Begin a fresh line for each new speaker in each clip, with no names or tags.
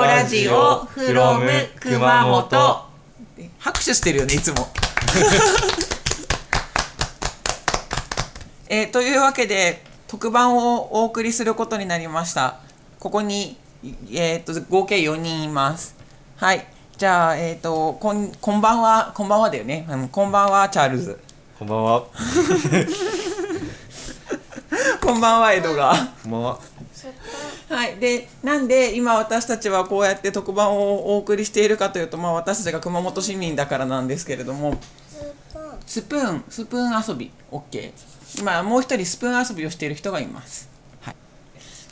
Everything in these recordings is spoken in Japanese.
ラジオフロム熊本拍手してるよねい つもえーというわけで特番をお送りすることになりましたここに、えー、と合計4人いますはいじゃあえっ、とこんこんばんはこんばんはだよね、うん、こんばんはチャールズ
こんばんは。
こんばんはエドガー
こんばんは。
はい、でなんで今私たちはこうやって特番をお送りしているかというと、まあ、私たちが熊本市民だからなんですけれどもスプーンスプーン遊び OK 今もう一人スプーン遊びをしている人がいます、はい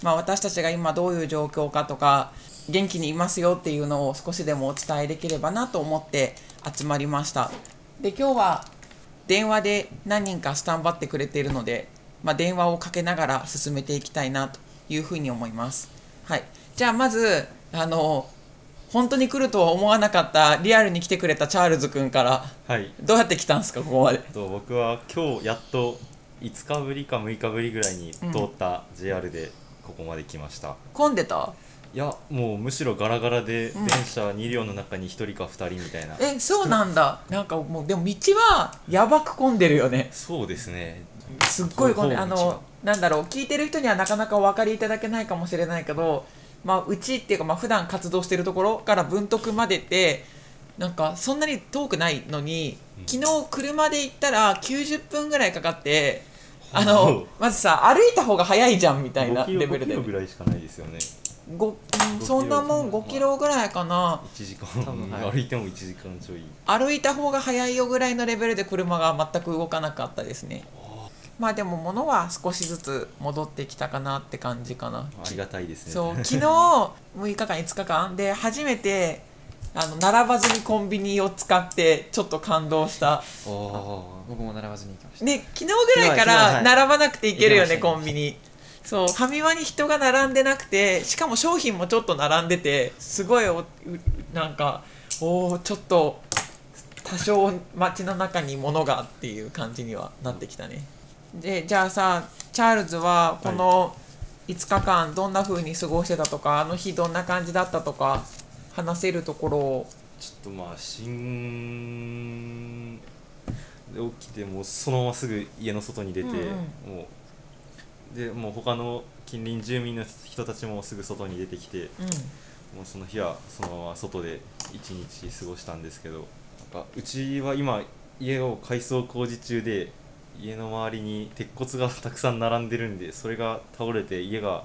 まあ、私たちが今どういう状況かとか元気にいますよっていうのを少しでもお伝えできればなと思って集まりましたで今日は電話で何人かスタンバってくれているので、まあ、電話をかけながら進めていきたいなというふうに思います。はい、じゃあまずあの本当に来るとは思わなかったリアルに来てくれたチャールズ君から
はい。
どうやって来たんですかここまで。
と僕は今日やっと5日ぶりか6日ぶりぐらいに通った JR でここまで来ました。
混んでた
いやもうむしろガラガラで
うん
電車2両の中に1人か2人みたいな。
えそうなんだなんかもうでも道はやばく混んでるよね
そうですね。
すっごい混んで
ほ
あ
ぼ道が
のなんだろう聞いてる人にはなかなかお分かりいただけないかもしれないけど、まあ、うちっていうか、まあ普段活動してるところから文徳までってなんかそんなに遠くないのに
うん
昨日車で行ったら90分ぐらいかかってあのまずさ歩いた方が早いじゃんみたいな
5キロ
レベル
5キ
で
ロぐらいしかないですよね。
ごうんそんなもん
5
5キロぐらいかな
1時間
多分はい
歩いても1時間ちょい。
歩いた方が早いよぐらいのレベルで車が全く動かなかったですねまあでも物は少しずつ戻ってきたかなって感じかな
ありがたいですね。
そう昨日6日間5日間で初めてあの並ばずにコンビニを使ってちょっと感動した
あ
僕も並ばずに行きました。
ね昨日ぐらいから
昨日は
並ばなくていけるよね
行けました
コンビニそうファミマに人が並んでなくてしかも商品もちょっと並んでてすごいおうなんかおーちょっと多少街の中に物がっていう感じにはなってきたねでじゃあさチャールズはこの5日間どんな風に過ごしてたとかあの日どんな感じだったとか話せるところを
あ。ちょっとまあ新で起きてもうそのまますぐ家の外に出て、
うん
もうでもう他の近隣住民の人たちもすぐ外に出てきて
うん
もうその日はそのまま外で一日過ごしたんですけどなんかうちは今家を改装工事中で家の周りに鉄骨がたくさん並んでるんでそれが倒れて家が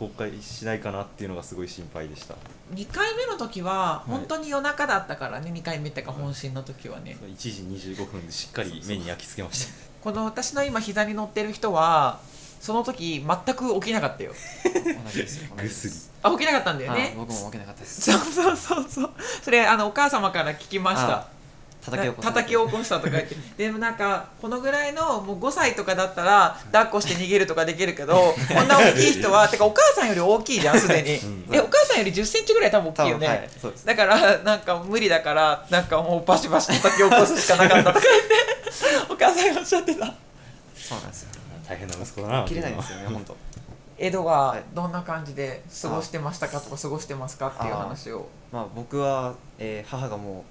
崩壊しないかなっていうのがすごい心配でした
2回目の時はい本当に夜中だったからね、2回目ってか本心の時はね、
1時25分でしっかり目に焼き付けました
この私の今膝に乗ってる人はその時全く起きなかったよ
同じですよ。同じです。
あ起きなかったんだよ
はい、
ね、
僕も負けなかったです。
そうそうそうそうそれあのお母様から聞きました
叩き起こされて
叩き起こしたとか 言ってでもなんかこのぐらいのもう5歳とかだったら抱っこして逃げるとかできるけど こんな大きい人はてかお母さんより大きいじゃんすでに、
うん
でお母さんより1 0ンチぐらい多分大
多
きいよ
分
ね、
はい、そうです。
だからなんか無理だからなんかもうバシバシ叩き起こすしかなかったとか言って お母さんがおっしゃってた
そうなんですよ。
大変な息子だな
切れないんですよね、本当。
エドが
はい
どんな感じで過ごしてましたかとか過ごしてますかっていう話を
まあ僕は、えー母がもう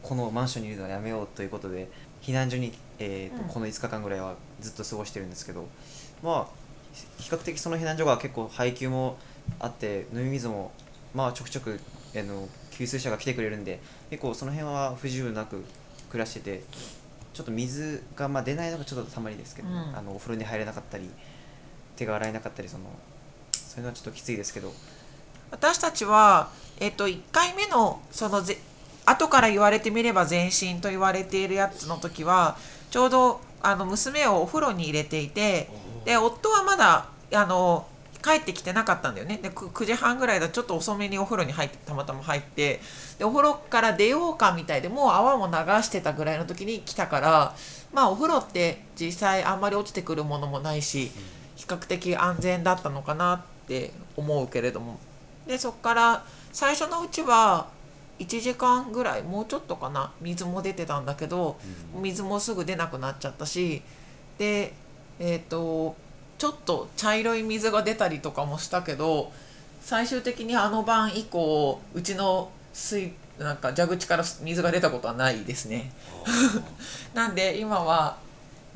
このマンションにいるのはやめようということで避難所に、えーと
うん
この5日間ぐらいはずっと過ごしてるんですけどまあ比較的その避難所が結構配給もあって飲み水もまあちょくちょく、あの給水車が来てくれるんで結構その辺は不自由なく暮らしててちょっと水がまあ出ないのがちょっとたまりですけど、
うん
あのお風呂に入れなかったり手が洗えなかったりそのそういうのはちょっときついですけど
私たちは、えっと1回目のそのぜ後から言われてみれば前進と言われているやつの時はちょうどあの娘をお風呂に入れていてで夫はまだあの帰ってきてなかったんだよねで 9, 時半ぐらいだとちょっと遅めにお風呂に入ってたまたま入ってでお風呂から出ようかみたいでもう泡も流してたぐらいの時に来たからまあお風呂って実際あんまり落ちてくるものもないし比較的安全だったのかなって思うけれどもでそこから最初のうちは1時間ぐらいもうちょっとかな水も出てたんだけど
うん
水もすぐ出なくなっちゃったしでえっ、とちょっと茶色い水が出たりとかもしたけど最終的にあの晩以降うちの水なんか蛇口から水が出たことはないですねなんで今は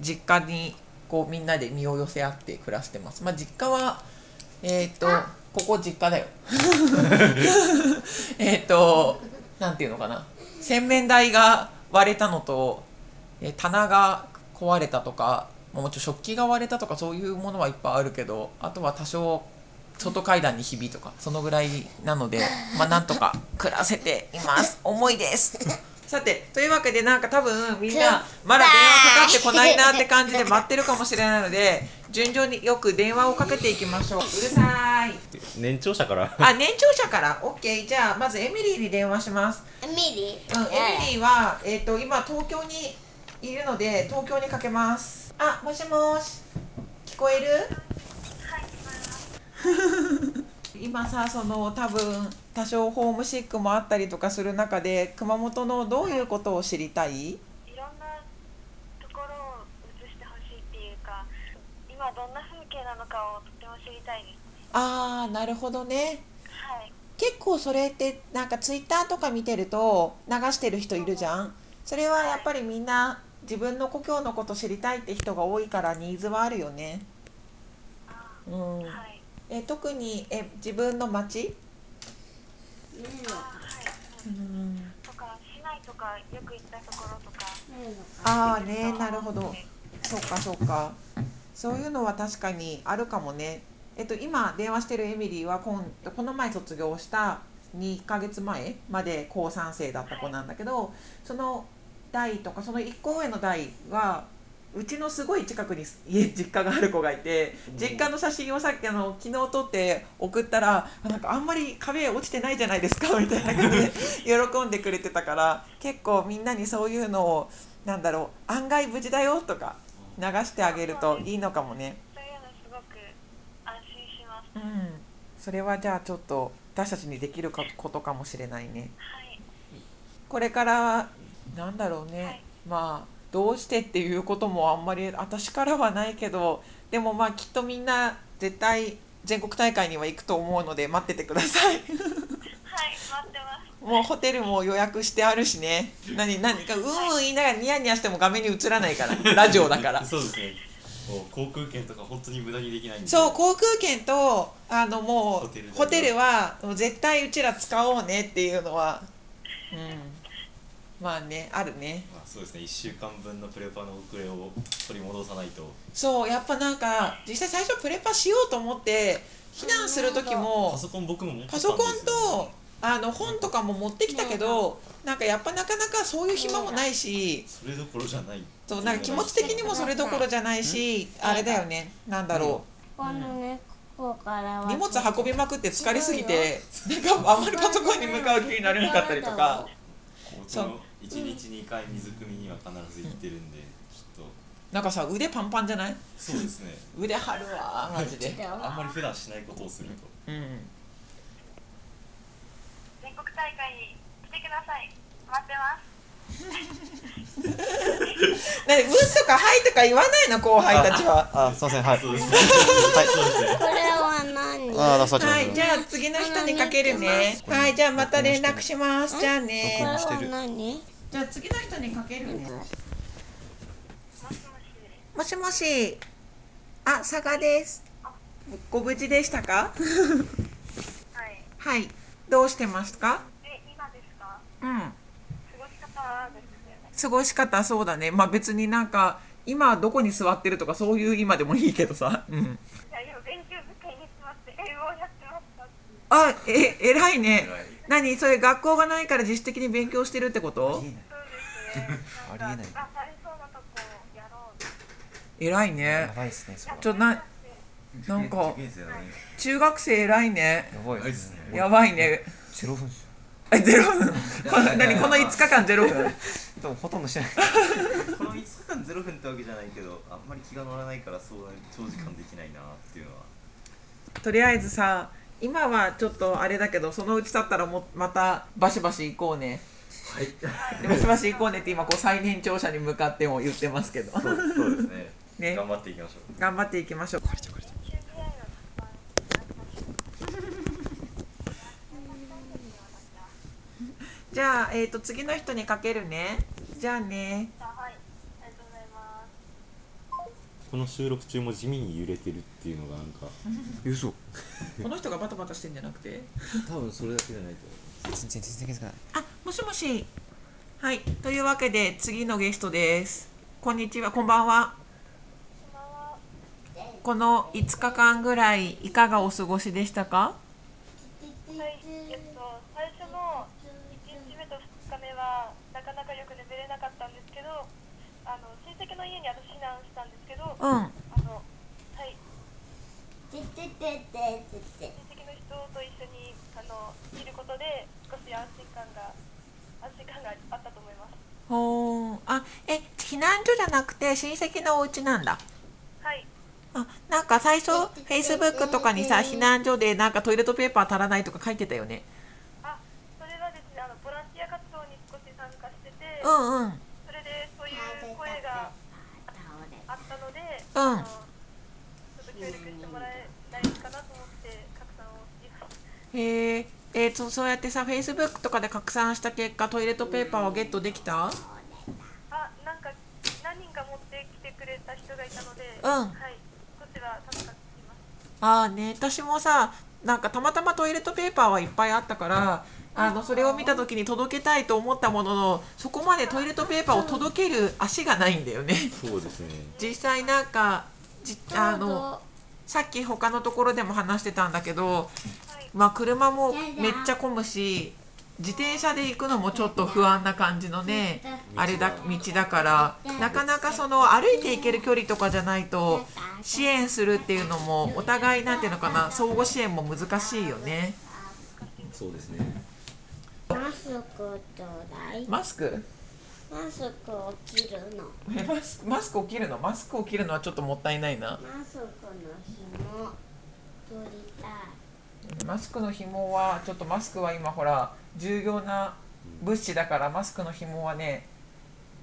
実家にこうみんなで身を寄せ合って暮らしてます。まあ実家はえっ、とここ実家だよ。えっとなんていうのかな洗面台が割れたのと、えー棚が壊れたとかまあもちろん食器が割れたとかそういうものはいっぱいあるけどあとは多少外階段にひびとかそのぐらいなのでまあなんとか暮らせています重いですさてというわけでなんか多分みんなまだ電話かかってこないなって感じで待ってるかもしれないので順調によく電話をかけていきましょううるさい
年長者から
あ年長者から OK じゃあまずエミリーに電話します
エミリ
うん、エミリーは、えっ、と、今東京にいるので、東京にかけます。あ、もしもし。聞こえる。 今さ、その、多分、多少ホームシックもあったりとかする中で、熊本のどういうことを知りたい。
いろんなところを映してほしいっていうか今どんな風景なのかをとても知りたいです
ああ、なるほどね。
はい
結構それってなんかツイッターとか見てると流してる人いるじゃんそれはやっぱりみんな自分の故郷のこと知りたいって人が多いからニーズはあるよね、
あ
うん
ー、はい
え特にえ自分の町、
あーはい
うん、
とか市内とかよく行ったところとか
ああねなるほ
は
どそうかそうかそういうのは確かにあるかもねえっと今電話してるエミリーは今この前卒業した2ヶ月前まで高3生だった子なんだけどその代とかその1個上の代はうちのすごい近くに家実家がある子がいて実家の写真をさっきあの昨日撮って送ったらあなんかあんまり壁落ちてないじゃないですかみ たいな感じで喜んでくれてたから結構みんなにそういうのをなんだろう案外無事だよとか流してあげるといいのかもね。
そういうのすごく安心します
うん、それはじゃあちょっと私たちにできるかことかもしれないね。
はい
これからなんだろうね、
はい
まあどうしてっていうこともあんまり私からはないけどでもまあきっとみんな絶対全国大会には行くと思うので待っててくださ い
はい待ってます
もうホテルも予約してあるしね何何かうんうん言いながらニヤニヤしても画面に映らないからラジオだ から
そうですねもう航空券とか本当に無駄にできないんで
そう航空券とあのもうホ
ホ
テ
テル
ル
代
はもう絶対うちら使おうねっていうのは、うん、まあねあるね
まあ、そうですね1週間分のプレパの遅れを取り戻さないと
そうやっぱなんか実際最初プレパしようと思って避難する時も
パソコン僕も持って
パ
たんです
ソ
よ
コンとあの本とかも持ってきたけどなんかやっぱなかなかそういう暇もないし
それどころじゃない
そうなんか気持ち的にもそれどころじゃないしあれだよねなんだろ
このね、ここから
う
は
荷物運びまくって疲れすぎてなんかあんまりパソコンに向かう気になれなかったりとか
その1日2回水汲みには必ず行ってるんで、ちょっと
なんかさ腕パンパンじゃない
そうですね
腕張るわマジで
あんまり普段しないことをすると
うん
全国大会に来てください待ってます
なんでうんとかはいとか言わないの後輩たちは
あ、すみません、はい。
そうですね
は
そうですね
これは何
い。あ、出されちゃ
はい、じ
い
ゃあ次の人にかけるね。はい、じゃあまた連絡します。じゃあ
これ
ね。
は何
じゃあ次の人にかけるね。
もしもし
もしもし。あ、佐賀です。ご無事でしたか
はい
はい。どうしてますか
で今ですか
うん。
過ごし方はですよね
過ごし方そうだね。まあ別になんか、今どこに座ってるとかそういう今でもいいけどさ。うん。
いや今勉強机に座って英語をやってました
あ、え、偉いね。
偉い
何それ学校がないから自主的に勉強してるってこと
そうですね。
ありえない
んか出されそうなとこやろう。
偉い
や
ね。
ばいですね、それは。
ちょ、な、なんか、中学生偉いね。
やばいですね。
やばいね。
ゼロ分し
え、ゼロ 分。この、何、この5日間ゼロ分。
かでもほとんどしてない。
この5日間0分ってわけじゃないけどあんまり気が乗らないからそうだね長時間できないなっていうのは
とりあえずさ、今はちょっとあれだけど、そのうちだったらも、またバシバシ行こうね。
はい
でバシバシ行こうねって、今こう最年長者に向かっても言ってますけど。
そうそうですね
ね
頑張っていきましょう
頑張っていきましょう。
練習試合の時間。
じゃあ、えっ、と、次の人にかけるね。じゃあね。
あはいありがとうございます
この収録中も地味に揺れてるっていうのがなんか
嘘
この人がバタバタしてんじゃなくて。
多分それだけじゃないと
全然全然気づかない
あ、もしもし。はい、というわけで、次のゲストです。こんにちは、こんばんは。この5日間ぐらい、いかがお過ごしでしたか。
はいえっと最初の1日目と2日目はなかなかよく眠れなかったんですけどあの親戚の家に私避難したんですけどあ
うん、うん、
のはい親戚の人と一緒にあのいることで少し安心感が安心感があったと思います
ほーあ、え、避難所じゃなくて、親戚のお家なんだ。
はい
あ、なんか最初、フェイスブックとかにさ、避難所で、なんかトイレットペーパー足らないとか書いてたよね。
あそれはですねあのボランティア活動に少し参加してて
う
そ
ん、うん、
れでそういう声があったので、
うん
あのちょっと協力してもらえないかなと思って拡散をしています
へえ、えー、そそうやってさ、フェイスブックとかで拡散した結果、トイレットペーパーをゲットできた。
あなんか何人か持ってきてくれた人がいたので、
うん
はい少しは助かっています
ああね私もさなんかたまたまトイレットペーパーはいっぱいあったからあのそれを見た時に届けたいと思ったもののそこまでトイレットペーパーを届ける足がないんだよね
そうですね
実際なんかじあのさっき他のところでも話してたんだけど、まあ、車もめっちゃ混むし自転車で行くのもちょっと不安な感じのねあれだ道だからなかなかその歩いて行ける距離とかじゃないと支援するっていうのもお互いなんていうのかな相互支援も難しいよね
そうですね
マスクちょうだい。
マスク
マスクを切るの。
えマスマスクを切るのマスクを切るのはちょっともったいないな
マスクの紐取りたい。
マスクの紐はちょっとマスクは今ほら重要な物資だからマスクの紐はね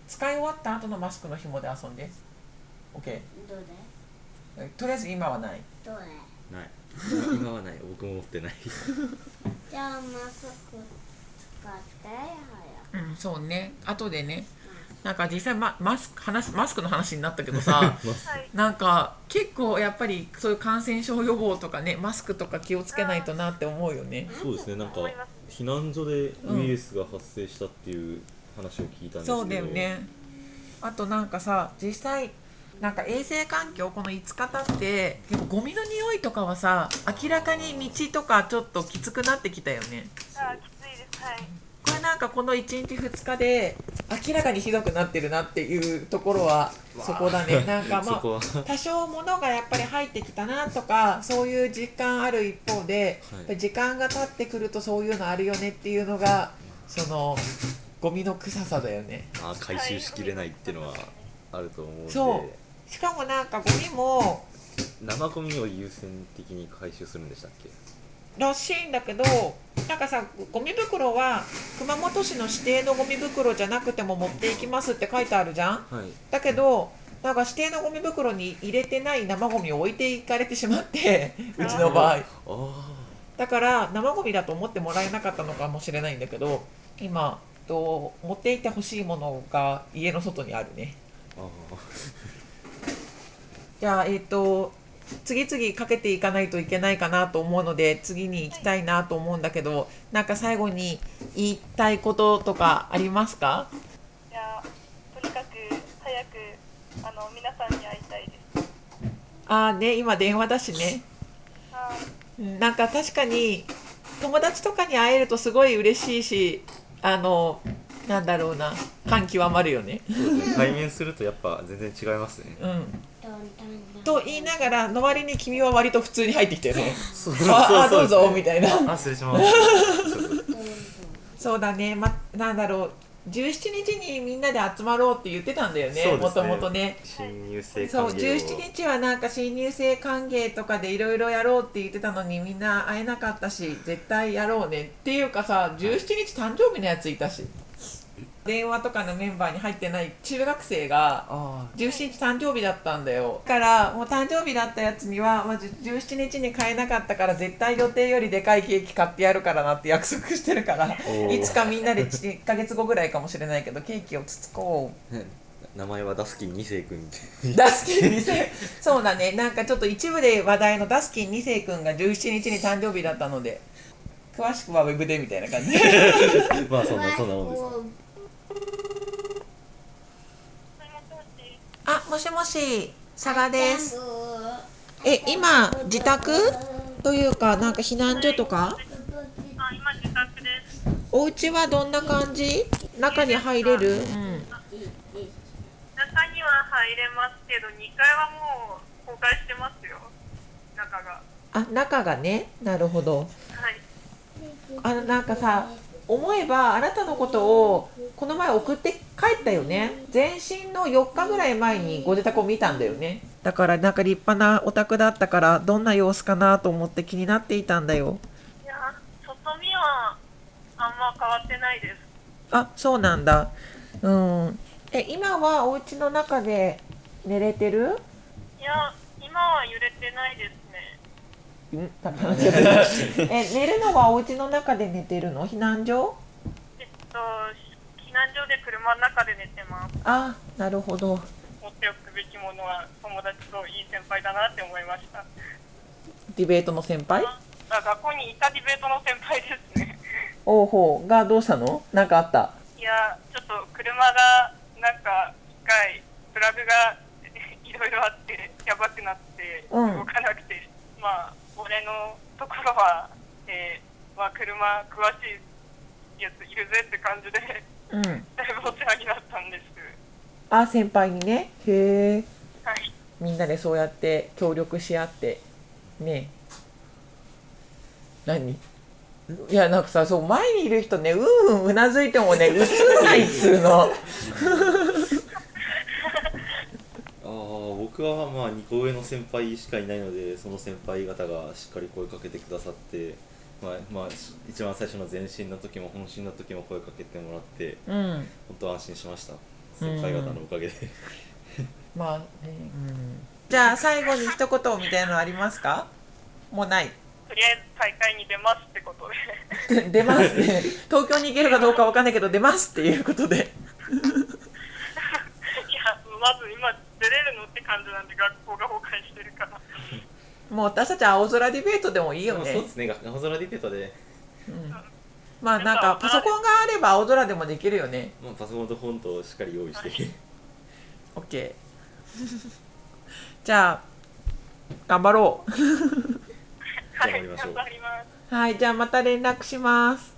使い終わった後のマスクの紐で遊んで OK
どれ
とりあえず今はない
どれ
ない今はない僕も持ってない
じゃあマスク使ってよ
うんそうね後でねなんか実際ママスク話マスクの話になったけど さ
はい
なんか結構やっぱりそういう感染症予防とかねマスクとか気をつけないとなって思うよね
そうですねなんか
思います
避難所でウイルスが発生したっていう話を聞いたんですけど、
そうだよねあとなんかさ実際なんか衛生環境この5日経って結構ゴミの匂いとかはさ明らかに道とかちょっときつくなってきたよね
あきついですはい
これなんかこの1日2日で明らかにひどくなってるなっていうところはそこだ ねなんかま
そ
あ
こは
多少物がやっぱり入ってきたなとかそういう実感ある一方で、
はい
やっぱり時間が経ってくるとそういうのあるよねっていうのがそのゴミの臭さだよね
あー回収しきれないっていうのはあると思うんで
そしかもなんかゴミも
生ゴミを優先的に回収するんでしたっけ
らしいんだけどなんかさゴミ袋は熊本市の指定のゴミ袋じゃなくても持っていきますって書いてあるじゃん
はい
だけどなんか指定のゴミ袋に入れてない生ゴミを置いていかれてしまって うちの場合
ああ
だから生ゴミだと思ってもらえなかったのかもしれないんだけど今えっと持っていってほしいものが家の外にあるね
ああ
じゃあえっ、と次々かけていかないといけないかなと思うので次に行きたいなと思うんだけどなんか最後に言いたいこととかありますか
いやとにかく早くあの皆さんに会いたいです
ああね今電話だしね
はい
うんなんか確かに友達とかに会えるとすごい嬉しいしあのなんだろうな感極まるよね。
そう ですね対面するとやっぱ全然違いますね
うん
どんどんどん
と言いながらの割に君は割と普通に入ってきたよね
そう
ああどうぞみたいな
あ失礼します
どんどん
そうだね、ま、なんだろう17日にみんなで集まろうって言ってたんだよ
そ
ね
うで
も
す
と
ね
もとね
新入生
そ
歓
う17
迎
日はなんか新入生歓迎とかでいろいろやろうって言ってたのにみんな会えなかったし絶対やろうねっていうかさ17日誕生日のやついたし電話とかのメンバーに入ってない中学生が
ああ
17日誕生日だったんだよだからもう誕生日だったやつには、まあ、じゅ17日に買えなかったから絶対予定よりでかいケーキ買ってやるからなって約束してるから
おー
いつかみんなで1ヶ月後ぐらいかもしれないけどケーキをつつこう
名前はダスキン2世君って
ダスキン2世そうだねなんかちょっと一部で話題のダスキン2世くんが17日に誕生日だったので詳しくはウェブでみたいな感じ
まあそんなそんなもんです
それもそうし
あもしもし佐賀
です。
え今自宅というかなんか避難所とか
あ今自宅です
お家はどんな感じ中に入れる、
中には入れますけど2階はもう崩壊してますよ中が
あ中がねなるほど
はい
あのなんかさ思えばあなたのことをこの前送って帰ったよね前身の4日ぐらい前にご自宅を見たんだよねだからなんか立派なお宅だったからどんな様子かなと思って気になっていたんだよ
いや外見はあんま変わってないです
あそうなんだうんえ今はお家の中で寝れてる
いや今は揺れてないですね
ん え寝るのはお家の中で寝てるの避難所
えっと避難所で車の中で寝てます
あなるほど
持っておくべきものは友達といい先輩だなって思いました
ディベートの先輩
あ学校にいたディベートの先輩ですね
おうほうがどうしたのなんかあった
いやちょっと車がなんか一回プラグがいろいろあってやばくなって
うん
動かなくて、まあ俺のところは、えーまあ、車詳しいやついるぜって感じで
うん
だいぶお世話になったんです
あ先輩にねへえ
はい
みんなでそうやって協力し合ってねえ何いやなんかさそう前にいる人ねうんうんうなずいても ね映んないっつうの
ああ僕はまあ2個上の先輩しかいないのでその先輩方がしっかり声かけてくださって、まあまあ、し一番最初の前進の時も本心の時も声かけてもらって
うん
本当安心しました先輩方のおかげで、
まあねうんじゃあ最後に一言みたいなのありますかもうない
とりあえず大会に出ますってこと で
出ます ね東京に行けるかどうかわかんないけど出ますっていうことで
いやまず今出れるのって感じなんで学校が崩壊してるから
もう私たち青空ディベートでもいいよ
まあ
ね
そうですねが青空ディベートで、
うんまあなんかパソコンがあれば青空でもできるよね
まあ、パソコンと本としっかり用意して
OK じゃあ頑張ろ
は
頑張
い
りましょ
頑
う
張ります
うはいじゃあまた連絡します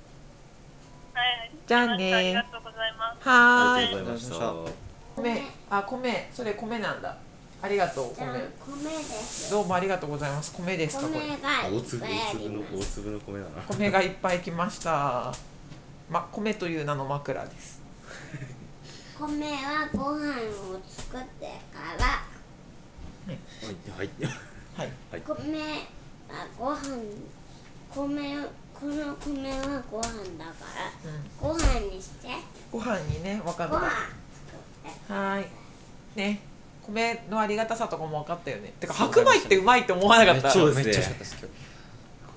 はい
じゃあね
ありがとうございます
は
あ
ーい
りがとうございまし
ありがとう
た。
米あ米それ米なんだありがとう
じゃあ
米
米です。
どうもありがとうございます米ですかこれ
米がい
大
っ
粒
ぱいあ
大
り
粒の
ます
大粒の米だな。
米がいっぱい来ましたま米という名の枕です
米はご飯を作ってから、
は
は
い。
い
米はご飯、米をこの米はご飯だから、
うん
ご飯にして、
ご飯にね分かっ
ご飯
たはーいね米のありがたさとかも分かったよねてか白米ってうまいって思わなかった
そう
めっちゃ
ですね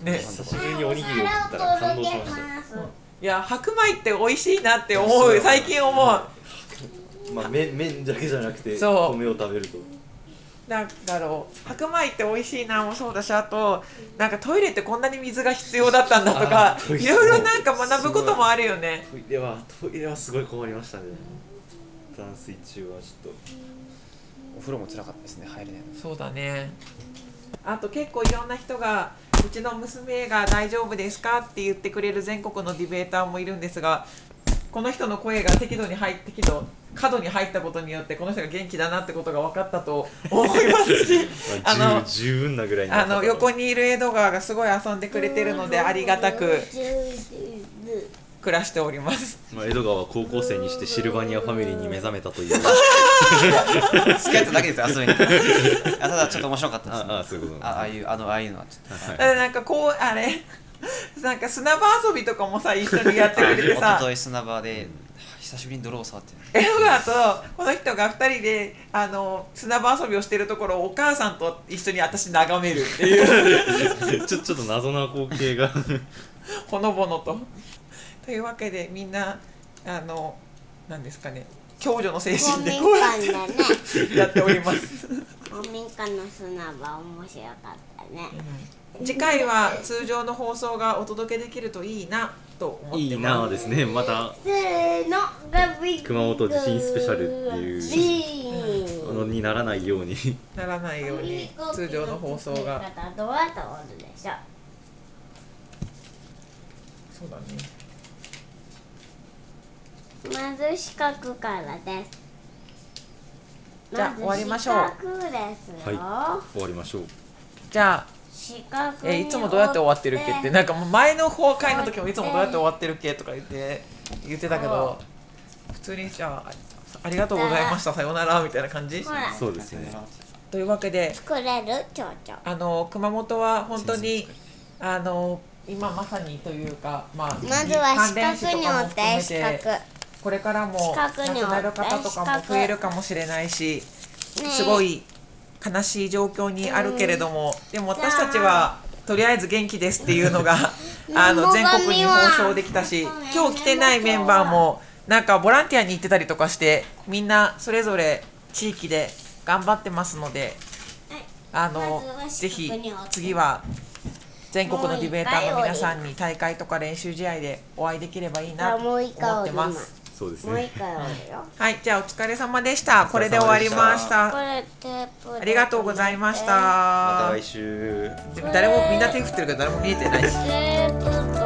美味しかったです今
ね
久しぶ
作って。
りにおにぎりを食ったら感動しまし
お
た。
皿を届けます
いや白米って美味しいなって思う最近思う
まあ麺麺だけじゃなくて
そう
米を食べると。
なんだろう白米って美味しいなもそうだしあとなんかトイレってこんなに水が必要だったんだとか
あー
いろいろなんか学ぶこともあるよね
トイレはトイレはすごい困りましたね。断水中はちょっ
お風呂も辛かったですね入 れないの
そうだねあと結構いろんな人が「うちの娘が大丈夫ですか?」って言ってくれる全国のディベーターもいるんですがこの人の声が適度に入って適度角に入ったことによってこの人が元気だなってことが分かったと思いますし
と。
あの
まあ十十分なぐらいにな
あ
った
の
と
横にいるエドガーがすごい遊んでくれてるのでありがたく暮らしております。
まあ江戸川は高校生にしてシルバニアファミリーに目覚めたと いう。
付き合っただけですよ遊びに あただちょっと面白かったです、ね、
ああそういうこと
あああいうあのああいうのはちょっ
だからなんかこうあれなんか砂場遊びとかもさ一緒にやってくれて
とおと
さ
とい砂場で、久しぶりに泥を触って
エフガーとこの人が2人であの砂場遊びをしてるところをお母さんと一緒に私眺めるっていう
ちょちょっと謎な光景が
ほのぼのと。というわけでみんなあの何ですかね共助の精神でこ
公
うやっ
民館だね
てやっております。
公民館の砂場面白かったね
次回は通常の放送がお届けできるといいなと思ってます。
いいなあですねまた
せーのガビ
熊本地震スペシャルっていう
いう
ものにならないように
ならないように通常の放送が
どうやっておるでしょ
そうだね。
まず四角からです
じゃあ終わりましょう
まず四角ですよ、
終わりましょう
じゃあ
四角に
えいつもどうやって終わってるっけってなんかもう前の崩壊の時も
折
い
っ
つ
て
もどうやって終わってるっけとか言って言ってたけど普通にじゃああありがとうございましたさようならみたいな感じ
ほら
そうですね
というわけで
作れる蝶々
あの熊本は本当にあの今まさにというかまあ
まずは
関
四
連死とかも含め
角に折って四角
てこれからも
四
亡
角に折って
くなる方とかも増えるかもしれないし
ねえ
すごい悲しい状況にあるけれども、でも私たちはとりあえず元気ですっていうのが あの全国に放送できたし
そうね
今日来てないメンバーもなんかボランティアに行ってたりとかしてみんなそれぞれ地域で頑張ってますので
はい
あ
ま
の、
ずは
ぜひ
四角に折って
次は全国のディベーターの皆さんに大会とか練習試合でお会いできればいいなと
もう
思っ
一回折
て
り
ま
ます
す。
そうです
もう一
ね
回折るよ
はい、じゃあお疲れ様でした。これで終わりました。
これテープで
ありがとうございました。
また来週
でも誰もみんな手振ってるけど誰も見えてないし。
テープで